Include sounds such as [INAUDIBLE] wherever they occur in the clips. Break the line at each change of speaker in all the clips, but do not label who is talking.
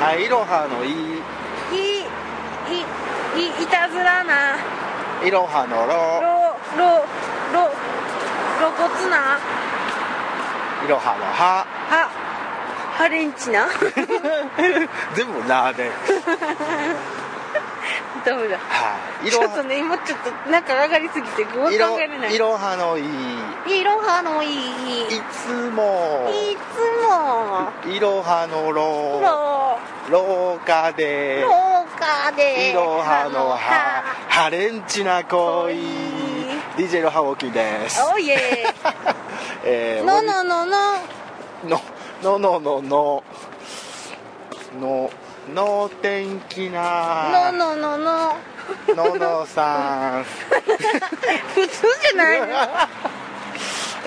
あいろはのい
いいいいたずらない
ろはの
ろ
ろ
ろろ露骨ない
ろはの
[LAUGHS]
は
はハレン
[LAUGHS]
チな
全部なーで、
ダメだ
はい、い
ち
ろ
ょっとね今ちょっとなんか上がりすぎてよく考
いろ
えれない
いろはのい
いろはのいいい
いつも
つも
いろはのろ
ろ
廊下で
廊下で
いろはのは
は
ハレンチな恋 DJ のハオキンです
おいえ
[LAUGHS] えー
ののの
の
の
のののののの天気な
のののの [LAUGHS]
ののさん、
普通じゃないの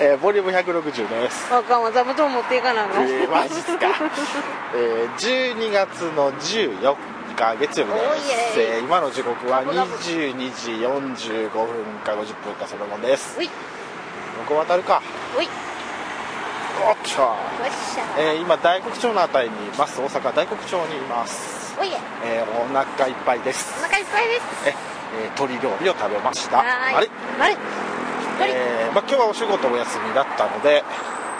[LAUGHS] えーボリューム160です
あかんわ座布団持っていかなあかん
えーマジっすか、えー12月の14日月曜日です
おい
えー
えい
今の時刻は22時45分か50分かそのもんです
おい
ここ渡るか
おい
おっと、
おっしゃ
えー今大黒町のあたりにいます大阪大黒町にいます、
おいえ
えーお腹いっぱいです
お腹いっぱいです
ええー鶏料理を食べましたあれ、
あれ
えーまあ、今日はお仕事お休みだったので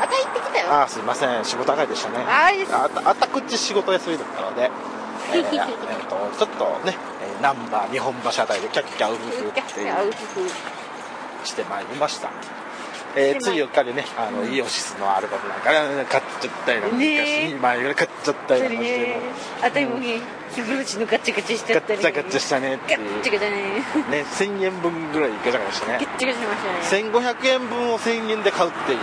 あた行ってきたよ
あーすいません仕事上がりでしたね
はいです
あたあたくち仕事休みだったので、
[LAUGHS]
えーえーとちょっとねえー難波日本橋あたりでキャッキャウフフっていう
うふふ
してまいりましたえー、
して
つ
まい
い4日でねあの、イオシスのアルバムなんかね買っちゃったりなんかし、
ねえ
2枚ぐらい買っちゃったりなんかして、
ねあたりもね火ぶちのガチャガチャしちゃ
ガ
った
ッ
り
チャガチャしたねってい
ガ
う
ッチャガチャね
ね1000円分ぐらいガチャガチャしたね
ガッチャガチャしましたね
1500円分を1000円で買うっていう、
ね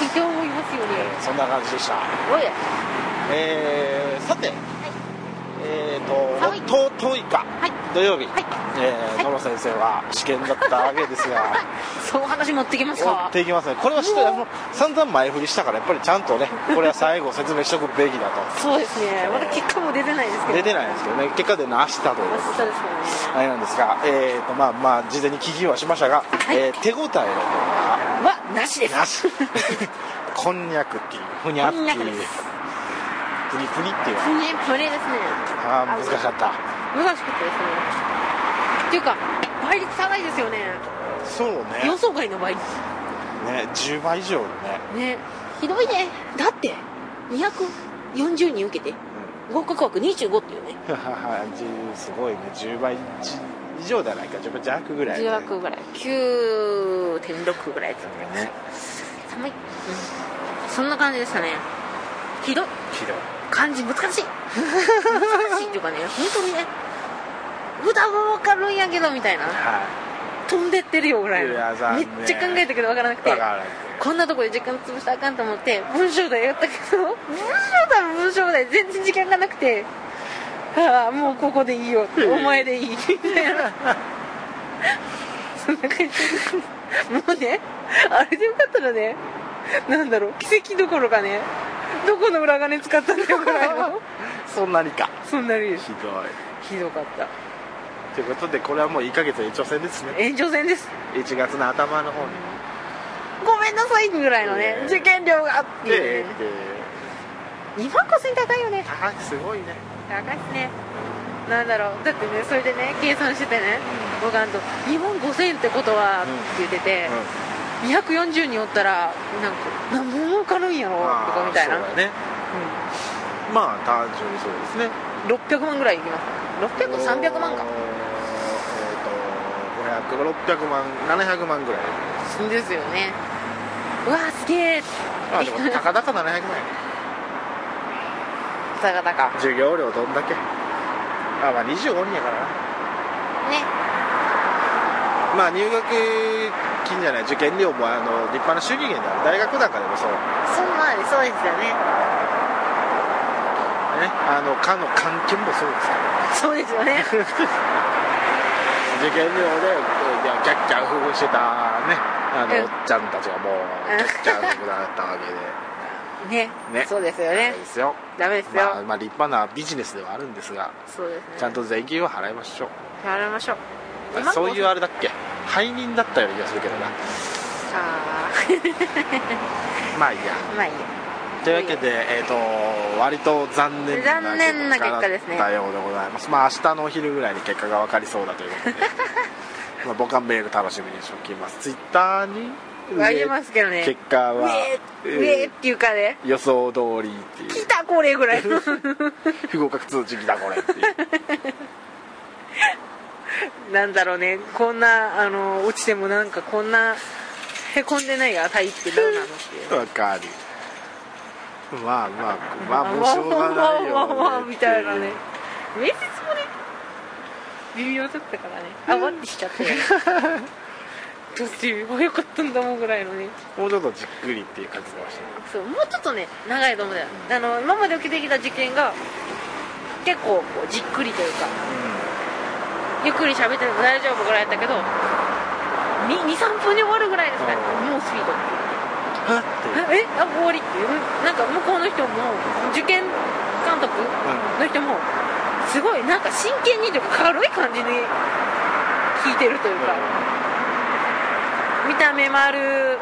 えいいと思いますよね
えーそんな感じでした、
おい
えーさて、え
はい
ー、とと10日、
はい
土曜日、
はい
えー野呂先生は試験だったわけです
[LAUGHS]
が
その話持ってきます
追
か
っていきますねこれはちょっ
う
と
わ
あの散々前振りしたからやっぱりちゃんとねこれは最後説明しておくべきだ
そうですねまだ結果も出てないですけ
と
ど
出て
い
ないんですけどね結果での明日という
明日です
あれなんですが、えーとまあまあ、事前に聞きはしましたが、
い
えー手応えの方が
からねはなしです
な
[LAUGHS]
しこんにゃくっていうふにゃっていう
こんにゃくです
プニプニっていう
プレプレですね
ああ難しかった
難しかったですねっていうか倍率高いですよね
そうね
予想外の倍率
ね10倍以上ね
ねひどいねだって240人受けて合格枠25っていうね
ははは [LAUGHS] じすごいね10倍じ以上じゃないか10倍弱ぐらい、ね、
10枠ぐらい9.6ぐらいですね
ね
寒い、うん、そんな感じでしたねひどい
ひどい
漢字難しい難しいっていうかね本当にね普段は分かるんやけどみたいな
は
飛んでってるよぐらいの
いや残
めっ
念
ちゃ考えたけど分からなく
い
て
わからない
こんなとこで時間潰したらあかんと思って文章題やったけど文章題も文章題全然時間がなくてああもうここでいいよお前でいいみたいなそんな感じもうねあれでよかったらねなんだろう奇跡どころかねどこの裏金使ったんだよぐらいの
そんなにか
そんな理由
ひどい
ひどかった
ということでこれはもう1ヶ月延長戦ですね
炎上戦です
1月の頭の方に
ごめんなさいぐらいのね
ええ
受験料があっていう
で
ね2万5000高いよね
高いすごいね
高いっすねなんだろうだってねそれでね計算しててね僕あの2万5000ってことはっ
うん
て言ってて、
う
240人おったらなんか何も儲かるんやろと
ん
かみたいな、
まあそうだねまあ単純にそうですね
うん、600万ぐらいいきますか600300万か
えっ、と500600万700万ぐらい
ですよねうわすげえ
まあでもたかだか700万やね
さがたか
授業料どんだけあまあ25人やから
ね
なまあ入学金じゃない受験料もあの立派な祝儀源だ大学なんかでもそうね
そんなそうですよね
あのかの関係もそうですから
そうですよね
受験料でいやキャッキャウフフしてたねあの、
うん
おっちゃんたちがもうキャッキャウフフだったわけで
ね
[LAUGHS] ね
そうですよ [LAUGHS] ね
ですよ
ダメですよ、
まあ、まあ立派なビジネスではあるんですが
そうですね
ちゃんと税金を払いましょう
やりましょう
あそういうあれだっけ背任だったような気がするけどな
あ
まあいいや [LAUGHS]
ーまあいいや
というわけで、えー、と割と残念な
残念な結果ですね
だったようでございますまあ明日のお昼ぐらいに結果が分かりそうだという
[LAUGHS]
ことでまあ僕はメール楽しみにしておきますツイッターに
ありますけどね
結果は
ウェーウェーっていうかね
えー予想通りっていう
来たこれぐらい [LAUGHS] の
不合格通知来たこれっていう
なんだろうねこんなあの落ちてもなんかこんなへこんでないがタイってどうなのっていう
わかるまあまあまあもうしょうがないよ
わ
ね
わわわわみたいなね面接もね微妙だったからねあわってしちゃって [LAUGHS] どうするよかったんだもんぐらいのね
もうちょっとじっくりっていう感じがしてま
そうもうちょっとね長いと思うんだよあの今まで受けてきた受験が結構こうじっくりというかゆっくり喋っても大丈夫ぐらいだったけど23分に終わるぐらいですかねもうスピード
すはって
えあ終わりっていうなんか向こうの人も受験監督の人もすごいなんか真剣にというか軽い感じに聞いてるというか見た目もある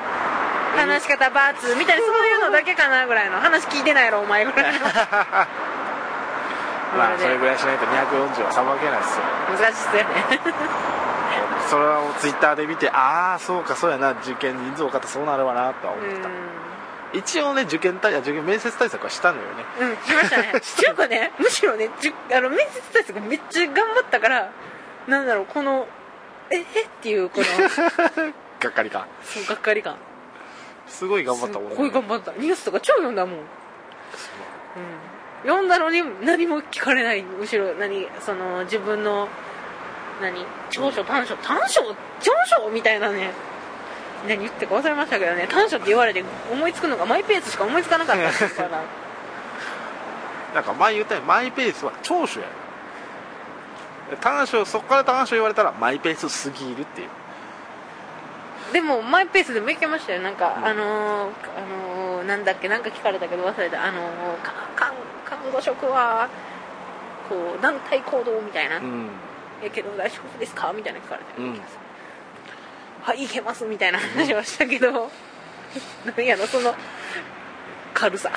話し方バツみたいなそういうのだけかなぐらいの話聞いてないやろお前ぐらいの
まあそれぐらいしないと240はさばけないですよ
難しいっすよね
それをツイッターで見てああそうかそうやな受験人数多かったそうなるわなとは思った、一応ね受験対あ受験面接対策はしたのよね
うん、しました
[LAUGHS]
ね。っていうかね、むしろね、じゅあの面接対策めっちゃ頑張ったから、なんだろう、この、ええってい
[LAUGHS]
う、この、
がっかりか
そのがっかり感。
すごい頑張ったもん
すっごい頑張った。ニュースとか超読んだもん。うん。読んだのに何も聞かれない。むしろ、何、その、自分の、何、長所、短所、短所、長所みたいなね。何言ってか忘れましたけどね短所って言われて思いつくのがマイペースしか思いつかなかった
[LAUGHS]
から
なんか前言ったようにマイペースは長所やろ短所そこから短所言われたらマイペースすぎるっていう
でもマイペースでもいけましたよなんか、あのーあのーなんだっけなんか聞かれたけど忘れたあのーか看看護職はこう団体行動みたいな、
うん
やけど大丈夫ですかみたいな聞かれて、
うん
はいいけますみたいな話をした
[LAUGHS]
けど何やろその軽
[LAUGHS]
さ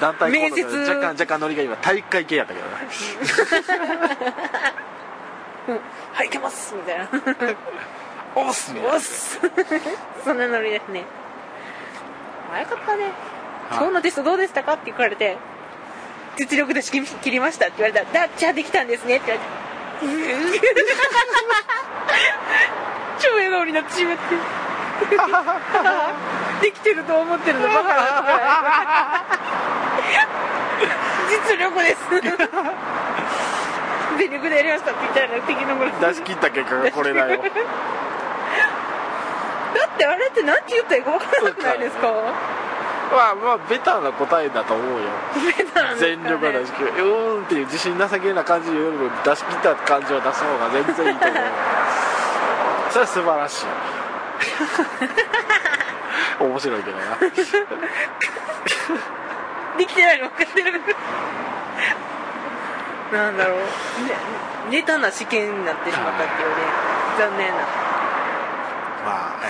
団体行動
面接
若干若干ノリが今体育会系やったけどね
はいいけますみたいな
おっすね
おっすそんなノリですねあよかったね今日のテストどうでしたかって聞かれて実力で仕切りましたって言われたらだじゃあできたんですねって言われてうー超笑顔になって
[LAUGHS]
しまってできてると思ってるのバカだと実力
[LAUGHS]
です全力でやりましたみたいな的なもの
出し切った結果がこれ [LAUGHS] だよ
だってあれって何て言ったらいいか分からなくないですか
まあまあベタな答えだと思うよ
ベタなんですかね
[LAUGHS] 全力は出し切るうーんっていう自信なさげな感じよりも出し切った感じを出す方が全然いい [LAUGHS] と思うそれは素晴ら [LAUGHS] しい面白いけどな
できてないの分かってるなんだろうねネタな試験になってしまったっていうね残念な
まあ、え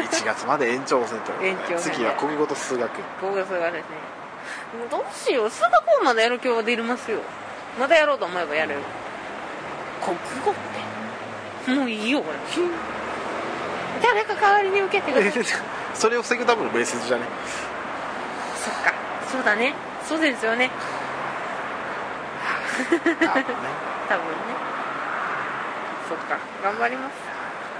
ー1月まで延長戦ということで
延長戦で
次は国語と数 [LAUGHS] 学
僕がそれがですねもうどうしよう数学はまだやる気は出れますよまだやろうと思えばやれる国語ってもういいよこれ誰か代わりに受けてくれ
それを防ぐための面接 [LAUGHS] じゃね
そっかそうだねそうですよね
あね
多分ねそっか頑張ります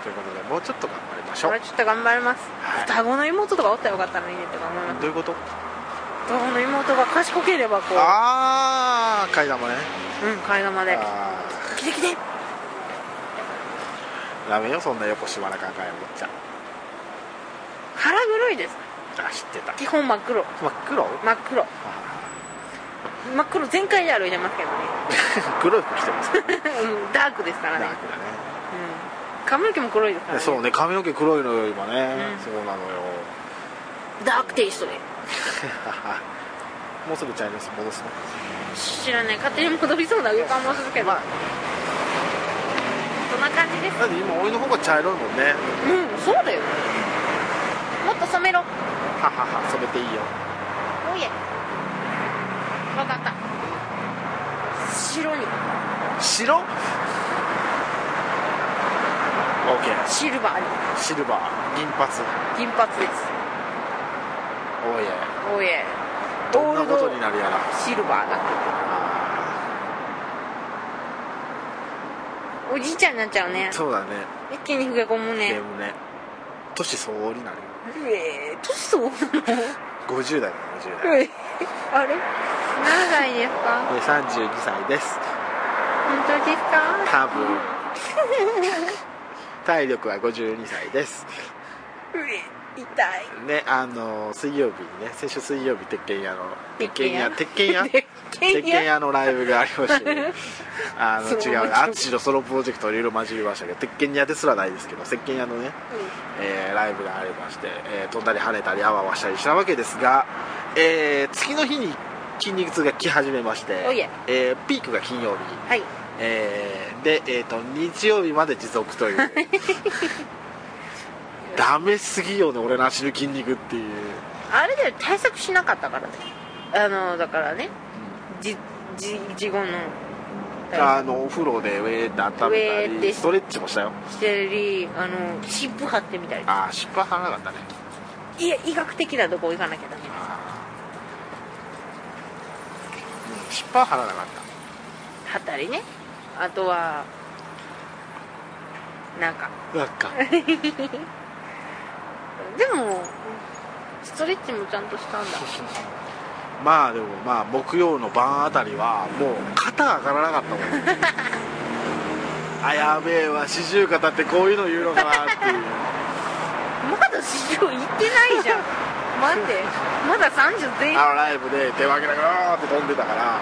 ということでもうちょっと頑張りましょ
これ
う
ちょっと頑張ります、
はい
双子の妹とかおったらよかったのにねとか思います
どういうこと
双子の妹が賢ければこう
ああ階段もね
うん替え玉で
あ
「来て来て!」
ーダメよそんな横島な考えを持っちゃ
腹黒いです
あ知って [LAUGHS] た
基本真っ黒
真っ黒
真っ黒真っ黒全開で歩いてますけど
[LAUGHS] 黒い服着てますからね
ね、 [LAUGHS] うん、ダークです
[LAUGHS]
から
ダ
ね
ークだね
うん髪の毛も黒いですからね
そうね髪の毛黒いのよ今ね、
うん
そうなのよ [LAUGHS]
ダークテイストで
もうすぐチャイニーズ戻すね
知らない勝手に戻りそうな予感もするけど、
まあ
そんな感じです
だって今俺の方が茶色いもんね
うんそうだよもっと染めろ
ははは染めていいよ
も青やわかった白に
白 ?OK
シルバーに
シルバー銀髪
銀髪です
おいえ
おいえ
どんなことになるやら
シルバーがおじいちゃんになっちゃうね
そうだね
一気に増え込む
ゲ
ね
ームね年相応になるよ
ええ年相応な
50代だ50代
のえあれ何歳ですか
で32歳です
本当ですか
多分体力は52歳です
うえ痛い
ねあの水曜日にね先週水曜日鉄拳屋の
鉄拳屋
鉄拳屋
鉄拳屋
鉄拳屋のライブがありまして、 [LAUGHS] ね、あの
ソロ
違
プロジェク
う
ト
アッチのソロプロジェクトいろいろ混じりましたけど鉄拳屋ですらないですけど鉄拳屋のね、えーライブがありまして、えー飛んだり跳ねたりあわあわしたりしたわけですが、えー次の日に筋肉痛が来始めまして
おいえ、
えーピークが金曜日、
はい
えーで、えー、と日曜日まで持続という [LAUGHS] ダメすぎよね俺の足の筋肉っていう
あれだよ対策しなかったからねあのだからねじじ事後の
あのお風呂でウェーって温
ウェー
め
った
り
て
ストレッチもしたよ
してりあの湿布貼ってみたり
ああ失敗はなかったね
いや医学的なとこ行かなきゃダメ
うん失敗はなかっ
貼ったりねあとはなんか
たなんか
でもストレッチもちゃんとしたんだ
[LAUGHS] まあでもまあ木曜の晩あたりはもう肩上がらなかったもん
[LAUGHS]
あやべえわ四十肩ってこういうの言うのかなっていう
まだ市場行ってな
[LAUGHS]
いじゃん待ってまだ30全員
あのライブで手分けながらって飛んでたから、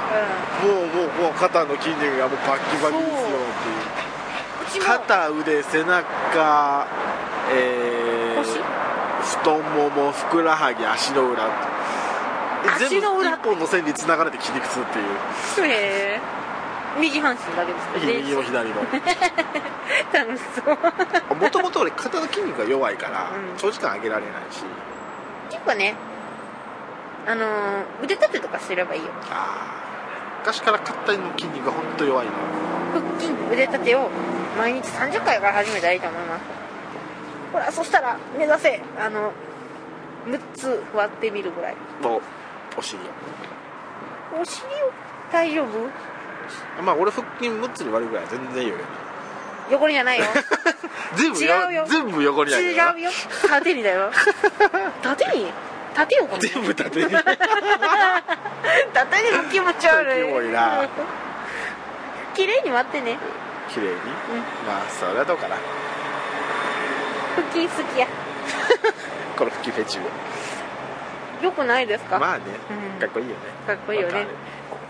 もうもうもう肩の筋肉がもうバッキバキですよっ
う
て
ち
いう
も
肩腕背中えー、
腰
太ももふくらはぎ足の裏って
足の裏
全部一本の線につながれて筋肉痛っていう
へえ右半身だけですね
右も左
[LAUGHS]
も
楽しそう
もともと俺肩の筋肉が弱いから、
うん
長時間上げられないし
結構ねあのー腕立てとかすればいいよ
あー昔から肩の筋肉が本当弱いの
腹筋腕立てを毎日30回から始めたらいいと思いますほらそしたら目指せあの6つ割ってみるぐらい
もうお尻を
お尻を大丈夫
まあ俺腹筋6つに割るぐらいは全然いいよね
横にじゃないよ
全部や
違うよ
全部横にある
違
よ
うよ縦にだ
[LAUGHS]
よ縦に縦横に
全部
[LAUGHS]
縦に
縦にも気持ち悪い
キモいな
綺麗に割ってね
綺麗に、まあそれはどうかな
腹筋好きや
この腹筋フェチも
よくないですか、
まあね、
うん
かっこいいよね
かっこいいよ
わ
ね
かる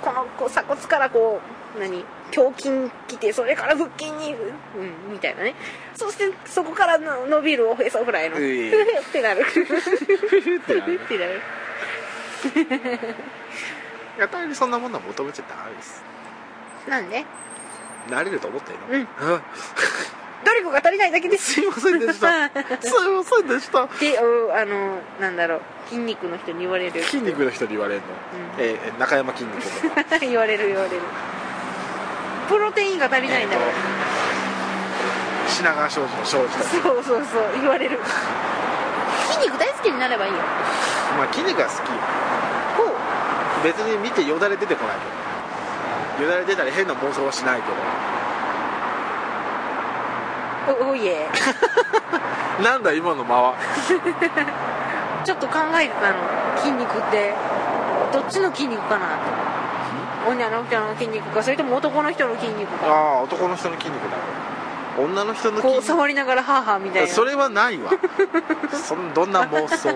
このこう鎖骨からこう何胸筋来てそれから腹筋にうんみたいなねそしてそこからの伸びるおへそフライの
う
ふ
い
ふ [LAUGHS] ってなるふふ [LAUGHS] って
なる
なる
やたらにそんなものは求めちゃダメです
なんで
慣れると思ってるの
うん
す
努力が足りないだけです
いませんで
[LAUGHS]
したすいませんでした
でおあのなんだろう筋肉の人に言われる
筋肉の人に言われるの、
うん
えー中山筋肉とか
[LAUGHS] 言われる言われるプロテインが足りないんだもん
品川庄司の庄司とか
そうそうそう言われる筋肉大好きになればいいよ
まあ筋肉が好きよ
ほう
別に見てよだれ出てこないけどよだれ出たり変な妄想はしないけど
おおいえ
なんだ今の間は
ちょっと考えてたの筋肉ってどっちの筋肉かなと女の人の筋肉かそれとも男の人の筋肉
あ
か
あ男の人の筋肉だろ女の人の筋
こう
肉
触りながらハーハーみたいな
それはないわそんどんな妄想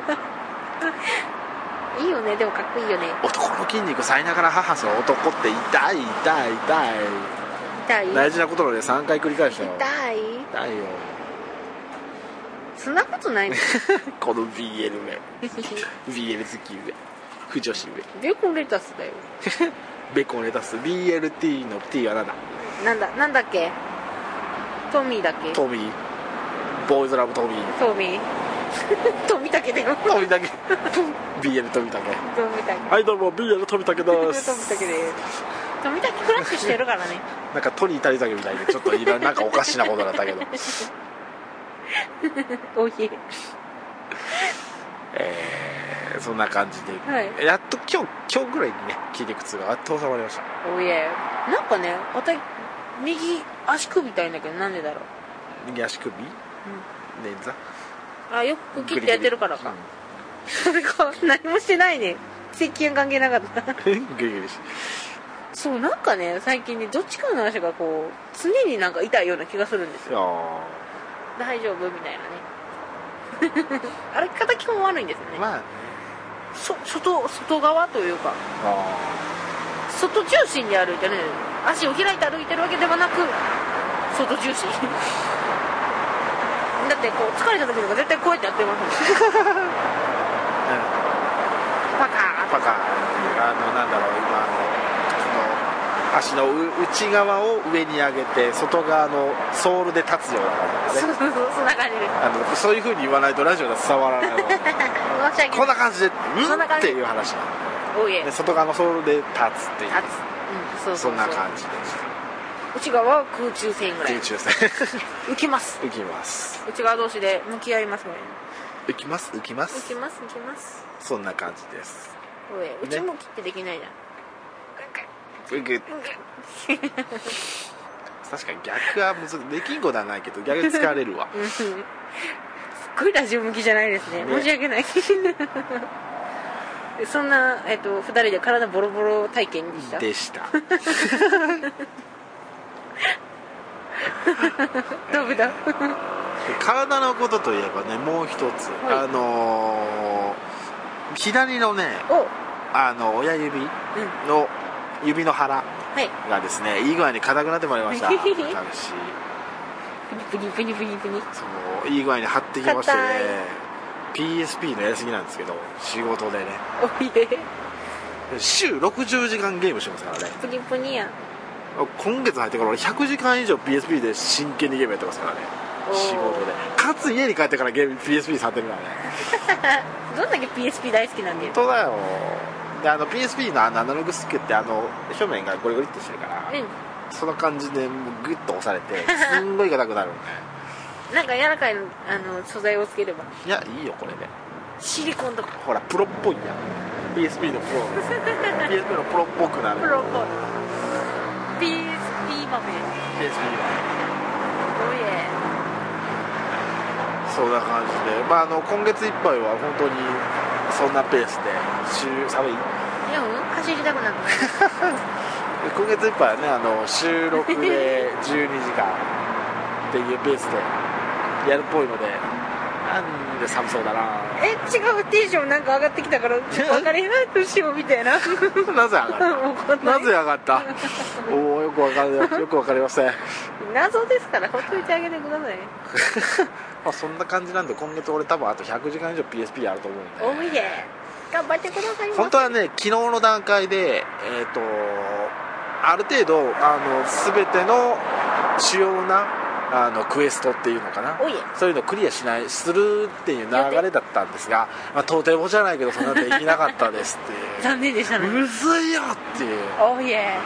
いいよねでもかっこいいよね
男の筋肉さえながら母さん男って痛い痛い痛い
痛い
大事なことなので3回繰り返したよ
痛い
痛いよ
そんなことない
この BL 目 BL 好き上不女子上
ベーコンレタスだよ
ベコンレタス BLT の T は何だ
なんだなんだっけトミーだっけ
トミーボーイズラブトミー
トミー [LAUGHS] 富竹だよ
富竹 BL 富竹
富竹
はいどうも BL 富竹で
富
す
竹です富竹クラッシュしてるからね
なんかトニー谷竹みたいでちょっといらなんかおかしなことだったけど
おいえ
えーそんな感じで、
はい
やっと今日今日ぐらいにね筋肉痛があっと収まりました
おいえなんかね私右足首痛いんだけどなんでだろう
右足首捻挫
あよく切ってやってるからか、
う
それか何もしてないね石鹸関係なかった
ん [LAUGHS] グリグリし
そうなんかね最近ねどっちかの足がこう常になんか痛いような気がするんですよ
あ
大丈夫みたいなね [LAUGHS] 歩き方基本悪いんですよ
ー
ね、
まあね
そ外外側というか
あ
外重心で歩いてる足を開いて歩いてるわけではなく外重心 [LAUGHS] だってこう疲れた時とか絶対こうやってやってますもん
ー [LAUGHS]
パカー
パカあのなんだろう今あのその足のう内側を上に上げて外側のソールで立つような感じ
そ
だね
うそうそうそんな感じです
あのそういうふうに言わないとラジオでは伝わらないわ
申し訳
こん
ない
な感じで「う
そん
ん?」
な
っ
感じ
ていう話なの
おいえ
で外側のソールで立つっていう
あうんそうそ
そ
うそうん
な感じで
内側は空中戦ぐらい
空中戦
浮きます
浮きます
内側同士で向き合いますね
浮きます浮きます
ます浮きます
そんな感じです
おい内も切ってできないじゃん
ぐぐ確かに逆はむずできんことはないけど逆に疲れるわ
[LAUGHS] うんすっごいラジオ向きじゃないですね
ね
申し訳 [LAUGHS] ないそんな、えっと、2人で体ボロボロ体験でした
でした
ダメだ
体のことといえばねもう一つ、
は
あ
い
のー左のね
おうん
あの親指の指の腹
はい
がですねいい具合に硬くなってまいりました
[LAUGHS]
私
プニプニプニプニプニ
そのいい具合に張ってきましてね
硬い
PSP のやりすぎなんですけど仕事でね
おいえ
週60時間ゲームしてますからね
プニプニやん
今月入ってから俺100時間以上 PSP で真剣にゲームやってますからね
おー
仕事でかつ家に帰ってからゲーム PSP 触ってるからね
どんだけ PSP 大好きなんだよ
本当だよであの PSP のあのアナログスケってあの表面がゴリゴリっとしてるから、
う
その感じでもうグッと押されて [LAUGHS] すんごい硬くなるね
んなんか柔らかいあの素材をつければ
いやいいよこれで
シリコンとか
ほらプロっぽいやん PSP のプ [LAUGHS] ロ PSP のプロっぽくなる
プ
PSP
ロポ PSP 豆
は
おいえ
そんな感じで、まあ、あの今月いっぱいは本当にそんなペースで週寒い
でも走りたくな [LAUGHS] くなる
今月いっぱいはねあの収録で12時間っていうペースでやるっぽいのでなんで寒そうだな [LAUGHS]
え違うテンションなんか上がってきたから分かれへんないどうしようみたい [LAUGHS] な
なぜ上が
[LAUGHS] わか
っ
ん
た
ない
なぜ上がったおおよくわかるよくわかりません
謎ですからほっといてあげてください
まあそんな感じなんで今月俺多分あと100時間以上 PSP やると思うんで
おいで頑張ってくださいませ
本当はね昨日の段階でえっ、とある程度あの全ての主要なあのクエストっていうのかな
おいえ
そういうのをクリアしないするっていう流れだったんですが、まあ、とてもじゃないけどそんなできなかったですって
残念でした
いう
ね
むずいよっていう
おいえ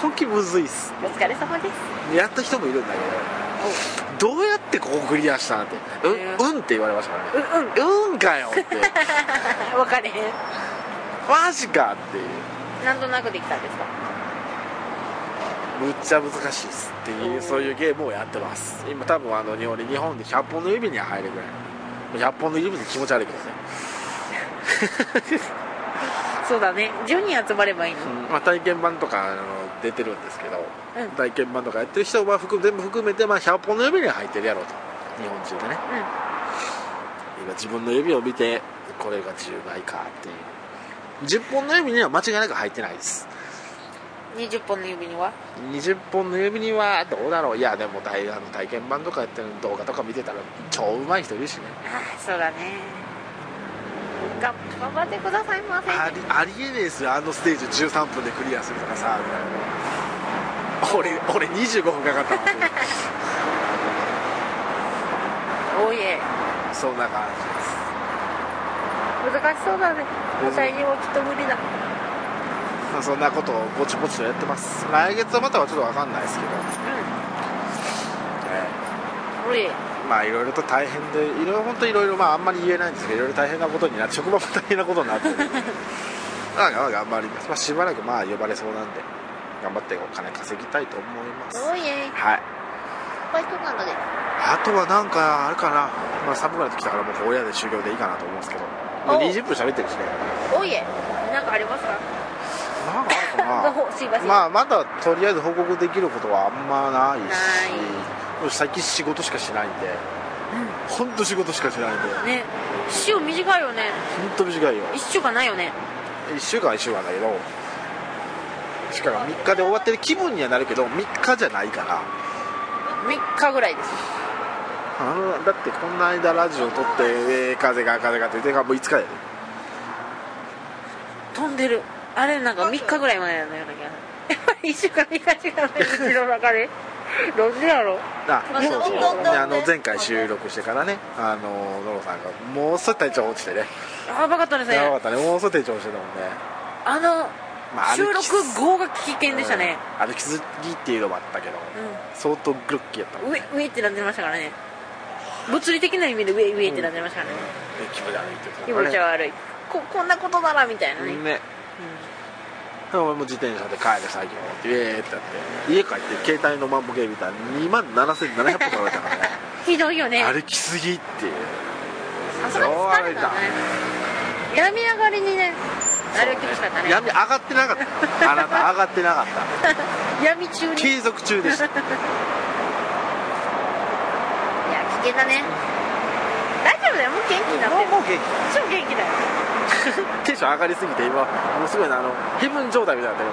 本気むずいっす
お疲れ様です
やった人もいるんだけどどうやってここクリアしたなんて「う
え
ん
ー」
うんって言われましたから
う
ね
んう
「う
ん [LAUGHS]
んかよ」って
分かれへん
「マジか」っていう
なんとなくできたんですか
むっちゃ難しいっすっていううんそういうゲームをやってます今多分あの日本で日本で100本の指に入るぐらい100本の指で気持ち悪いけどね、
そうだね10人集まればいいの
うんまあ、体験版とかあの出てるんですけど
うんうん
体験版とかやってる人は含め全部含めて、まあ、100本の指に入ってるやろうと日本中でね今自分の指を見てこれが10倍かっていう10本の指には間違いなく入ってないです
20本の指には
20本の指にはどうだろういやでも大あの体験版とかやってる動画とか見てたら超うまい人いるしね
ああそうだね頑頑張ってくださいませ
ありありえねえですよあのステージ13分でクリアするとかさ俺俺25分かかったもん
おおいえ
そんな感じです
難しそうだねおしゃれはきっと無理だ
まあそんなことをぼちぼちとやってます来月はまたはちょっと分かんないですけど、
う
え
ん無理
えまあいろいろと大変でいろいろ本当いろいろまああんまり言えないんですけどいろいろ大変なことになって職場も大変なことになってるんでまあまあ頑張ります、まあ、しばらくまあ呼ばれそうなんで頑張ってお金稼ぎたいと思います
おいえ
はい
バイトなんだね
あとはなんかあるかな、まあ、寒くなってきたからもう親で終了でいいかなと思うんですけどもう
お
20分喋ってるしね
おいえなんかありますか
なんかあるか
あ
な
[LAUGHS] ほすいません、
まあまだとりあえず報告できることはあんまないし
な
最近仕事しかしないんで本当仕事しかしないんで
う
本
んね週短いよね
当短いよ
一週間ないよね
1週間は1週間だけどしかも3日で終わってる気分にはなるけど3日じゃないから
三日ぐらいです
あのだってこの間ラジオ撮って「えー風が風が」って言ってもう5日やで
飛んでるあれなんか3日ぐらい前のような気がする [LAUGHS] 一週間3日違うねうちの中 [LAUGHS] でどっちだろう
あ
まあ
そうそう
どんどんどん
であの前回収録してからねあのノロさんがもうすぐ体調落ちてね
あバカったです
やば
ね
かったねもうすぐ体調落ちてたもんね、
あの
まあ、
収録
後
後が危険でしたね、
歩きすぎっていうのもあったけど、相当グルッキーやったも
うんん、上
ね
上ってなってましたからね物理的な意味で上上ってなってましたからね、
うん気持ち悪いって言って
気
たもん
持
ね
ち悪いここんなことならみたいなね、
ねで俺も自転車で帰る作業ってイエーイってやって家帰って携帯の万歩計見たら2万7700歩取られたからね
ひどいよ [LAUGHS] ね
歩きすぎっていう
あそこで疲れたね病み上がりにね歩きましかったね
闇上がってなかったあなた上がってなかっ
[LAUGHS] 闇中
た
にい
継続中で
[LAUGHS]
した
や危険だね大丈夫だよもう元気になってる
もう元
超元気だよ
気テンション上がりすぎて今もうすごいなあのヘブン状態みたいにな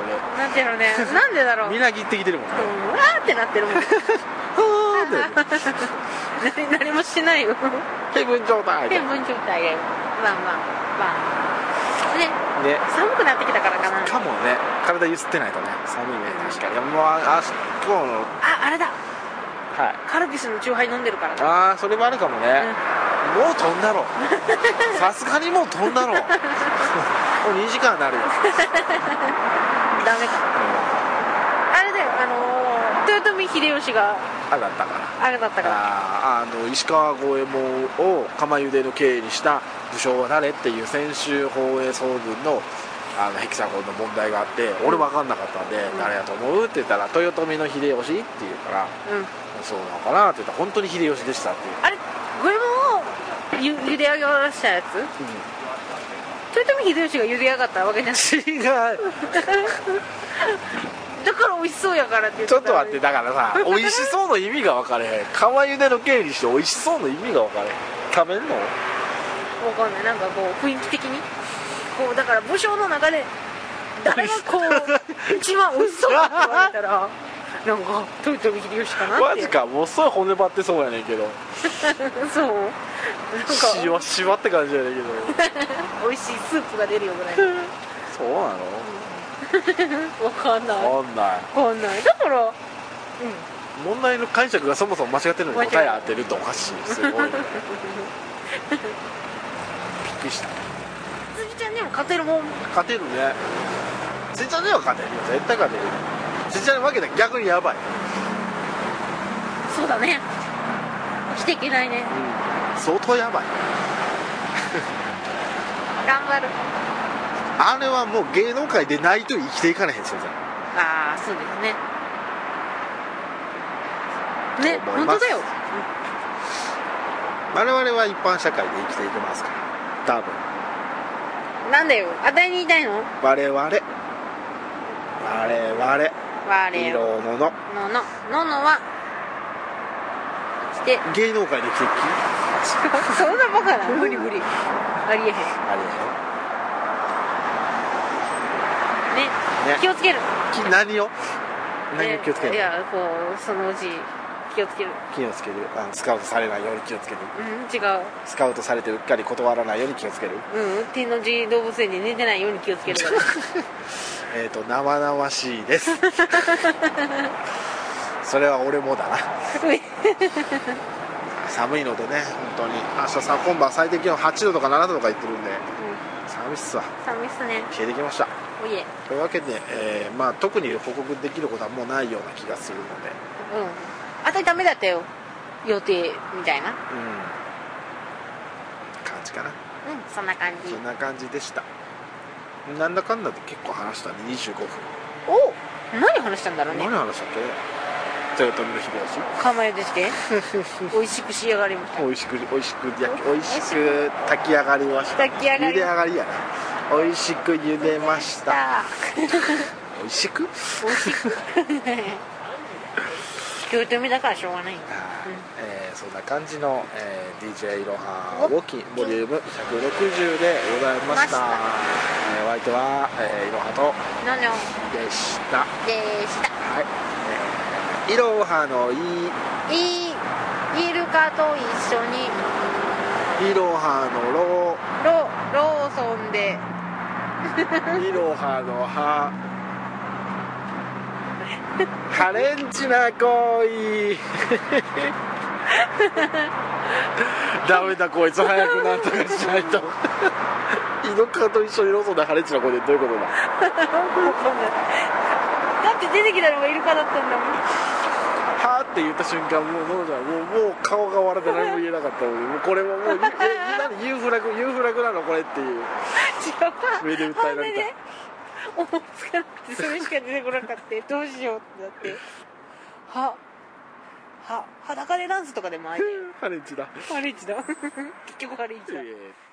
ってるの
なってるねなんでだろう
で
う
みなぎってきてるもんね
んうわーってなってるもん
ふ
[LAUGHS]
ーんってなってる
何何もしてないよ
ヘブン状態
で
で
文章みたいでまあまあまあね
ね
寒くなってきたからかな
かもね体揺すってないとね寒いね確かにもうあ今日の
ああれだ
はい
カルピスのチューハイ飲んでるからだ
ああそれもあるかもね、もう飛んだろ [LAUGHS] さすがにもう飛ん [LAUGHS] だろもう2時間に [LAUGHS] なるよ、
ダメかあれだよあのー豊臣秀吉が
あだったから
あれだったから
あーあの石川五右衛門を釜茹での刑にした武将は誰っていう先週放映総分のあのヘキサゴンの問題があって俺分かんなかったんで「誰やと思う?」って言ったら「豊臣の秀吉」って言うから
うん
「そうなのかな?」って言ったら「本当に秀吉でした」っていう、
あれ五右衛門をゆ茹で上げましたやつ豊臣秀吉が茹で上がったわけじゃない
うん、違う
だから美味しそうやからって
[LAUGHS]
言
ちょっと待って
た
だからさ美味しそうの意味が分かれへん釜茹での経理して美味しそうの意味が分かれへん食べんの
わかんないなんかこう雰囲気的にこうだから武将の中で誰がこ
[LAUGHS]
う一番美味しそうだって言われたらなんか豊臣秀吉かなっ
マ
て
ジかもうすごい骨張ってそうやねんけど
[LAUGHS] そうなん
し
か
わしわって感じやねんけど [LAUGHS]
美味しいスープが出るよぐらい
そうな [LAUGHS]
わかんないわ
の分かんない
かんないだからうん
問題の解釈がそもそも間違ってるのに答
間違
え
えた
当てるっておかしいすごいねびっくりした
辻ちゃんでも勝てるもん
勝てるねせちゃんには勝てるよ絶対勝てるよせちゃんに負けたら逆にやばい、
そうだね生きていけないね
うん、相当やばい
頑張る
あれはもう芸能界でないと生きていかれへんせちゃん
ああそうですねね
と思い
本
ます
当だよ
我々は一般社会で生きていけますから多分
なんだよあたいに言いたいの
我々我々
我
い
々
ろのの
ののののはして [LAUGHS]
芸能界で生きていき
そんなバカな無理無理あり
あ
えへん
れ
ね
ね
気をつける
き何を何を
ね
気をつけ
い
る
やこうそのうち気をつける
気をつけるあのスカウトされないように気をつける
うん違う
スカウトされてうっかり断らないように気をつける
うん天王寺動物園で寝てないように気をつけるから
えっ、と生々しいです [LAUGHS]
[LAUGHS]
それは俺もだな寒いのでね本当に明日さ今晩最低気温8度とか7度とか言ってるんで
う
寒いっすわ
ん寒いっすね
消えてきました
おいえ
というわけで、えーまあ、特に報告できることはもうないような気がするので、
うんあたりダメだったよ予定みたいな
うん、感じかな
うんそんな感じ
そんな感じでしたなんだかんだで結構話したね25分
お何話したんだろうね
何話したっけ豊臣の秀吉
釜茹でして [LAUGHS] 美味しく仕上がりました
美味しく美味しく焼き美味しく炊き上がりました
炊き上がり
茹で上がりやな美味しく茹でました美味しく
美味しく豊臣だからしょうがない
はいえーそんな感じの、えー DJ いろはウォーキンボリューム160でございま
ま
し
した
た、えーお相手は、えーいろはと
なの
でした
でした
はい、えーいろはのい
いイルカと一緒に
いろはのろ
ロローソンで
いろはのはハレンチな恋ダメだこいつ早くなんとかしないとイノカと一緒にローソンでハレンチな恋でどういうことだ
[LAUGHS] だって出てきたのがイルカだったんだもん
はーって言った瞬間もうノロちゃんもうもう顔が笑って何も言えなかったのでもうこれももうえ何ユーフラグユーフラグなのこれっていう
違うか
上で訴えられた
思いつかなくてそれしか出てこなかったどうしようってなってはは裸でダンスとかでもあり
[LAUGHS] ハレンチだ
ハレンチだ [LAUGHS] 結局ハレンチだ
えー